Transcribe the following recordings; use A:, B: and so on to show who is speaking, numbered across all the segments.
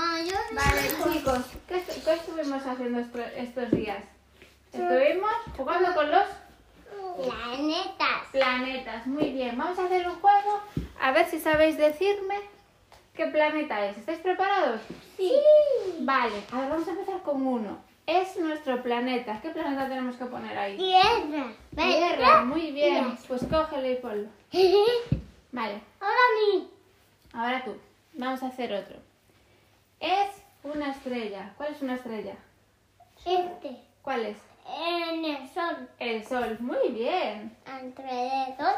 A: Vale, chicos, ¿qué, estu- qué estuvimos haciendo esto- estos días? Estuvimos jugando con los
B: Planetas.
A: planetas. Muy bien, vamos a hacer un juego. A ver si sabéis decirme qué planeta es. ¿Estáis preparados?
B: Sí.
A: Vale, a ver, vamos a empezar con uno. Es nuestro planeta. ¿Qué planeta tenemos que poner ahí?
B: Tierra.
A: Tierra, muy bien.
B: Yes.
A: Pues cógelo y ponlo. Vale,
B: Ahora mi.
A: ahora tú. Vamos a hacer otro. Es una estrella. ¿Cuál es una estrella?
B: Este.
A: ¿Cuál es?
B: En el sol.
A: El sol. Muy bien.
B: Alrededor.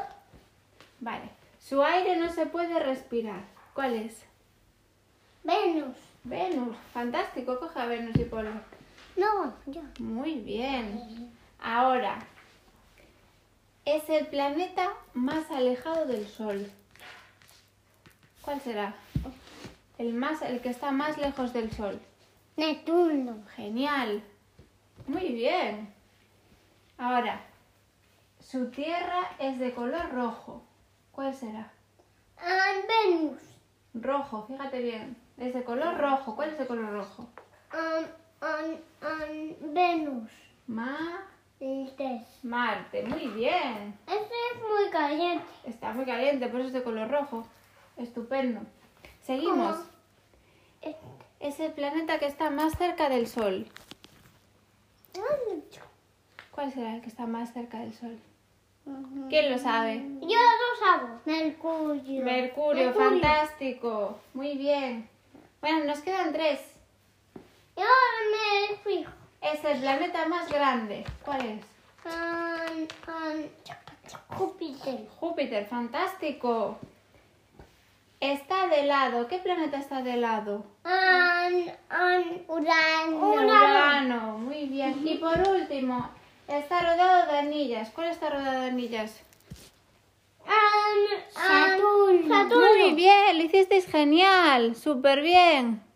A: Vale. Su aire no se puede respirar. ¿Cuál es?
B: Venus.
A: Venus. Fantástico. Coge a Venus y ponlo.
B: No, yo.
A: Muy bien. Ahora. Es el planeta más alejado del Sol. ¿Cuál será? El, más, el que está más lejos del Sol.
B: Neptuno.
A: Genial. Muy bien. Ahora. Su tierra es de color rojo. ¿Cuál será?
B: Ah, Venus.
A: Rojo, fíjate bien. Es de color rojo. ¿Cuál es el color rojo?
B: Um, um, um, Venus.
A: Ma
B: Este.
A: Marte. Muy bien.
B: Este es muy caliente.
A: Está muy caliente, por eso es de color rojo. Estupendo. Seguimos.
B: Ajá. Este.
A: Es el planeta que está más cerca del Sol. ¿Cuál será el que está más cerca del Sol?
B: Ujú.
A: ¿Quién lo sabe?
B: Yo lo sabo. Mercurio.
A: Mm. Mercurio, fantástico. Muy bien. Bueno, nos quedan tres.
B: Yo me fijo.
A: Es el planeta más grande. ¿Cuál es?
B: Con, con Júpiter.
A: Júpiter, fantástico. Está de lado. ¿Qué planeta está de lado?
B: Con, con Urano.
A: Urano, muy bien. Y por último, está rodeado de anillas. ¿Cuál está rodeado de anillas?
B: Con, con
A: Muy bien, lo hicisteis genial, súper bien.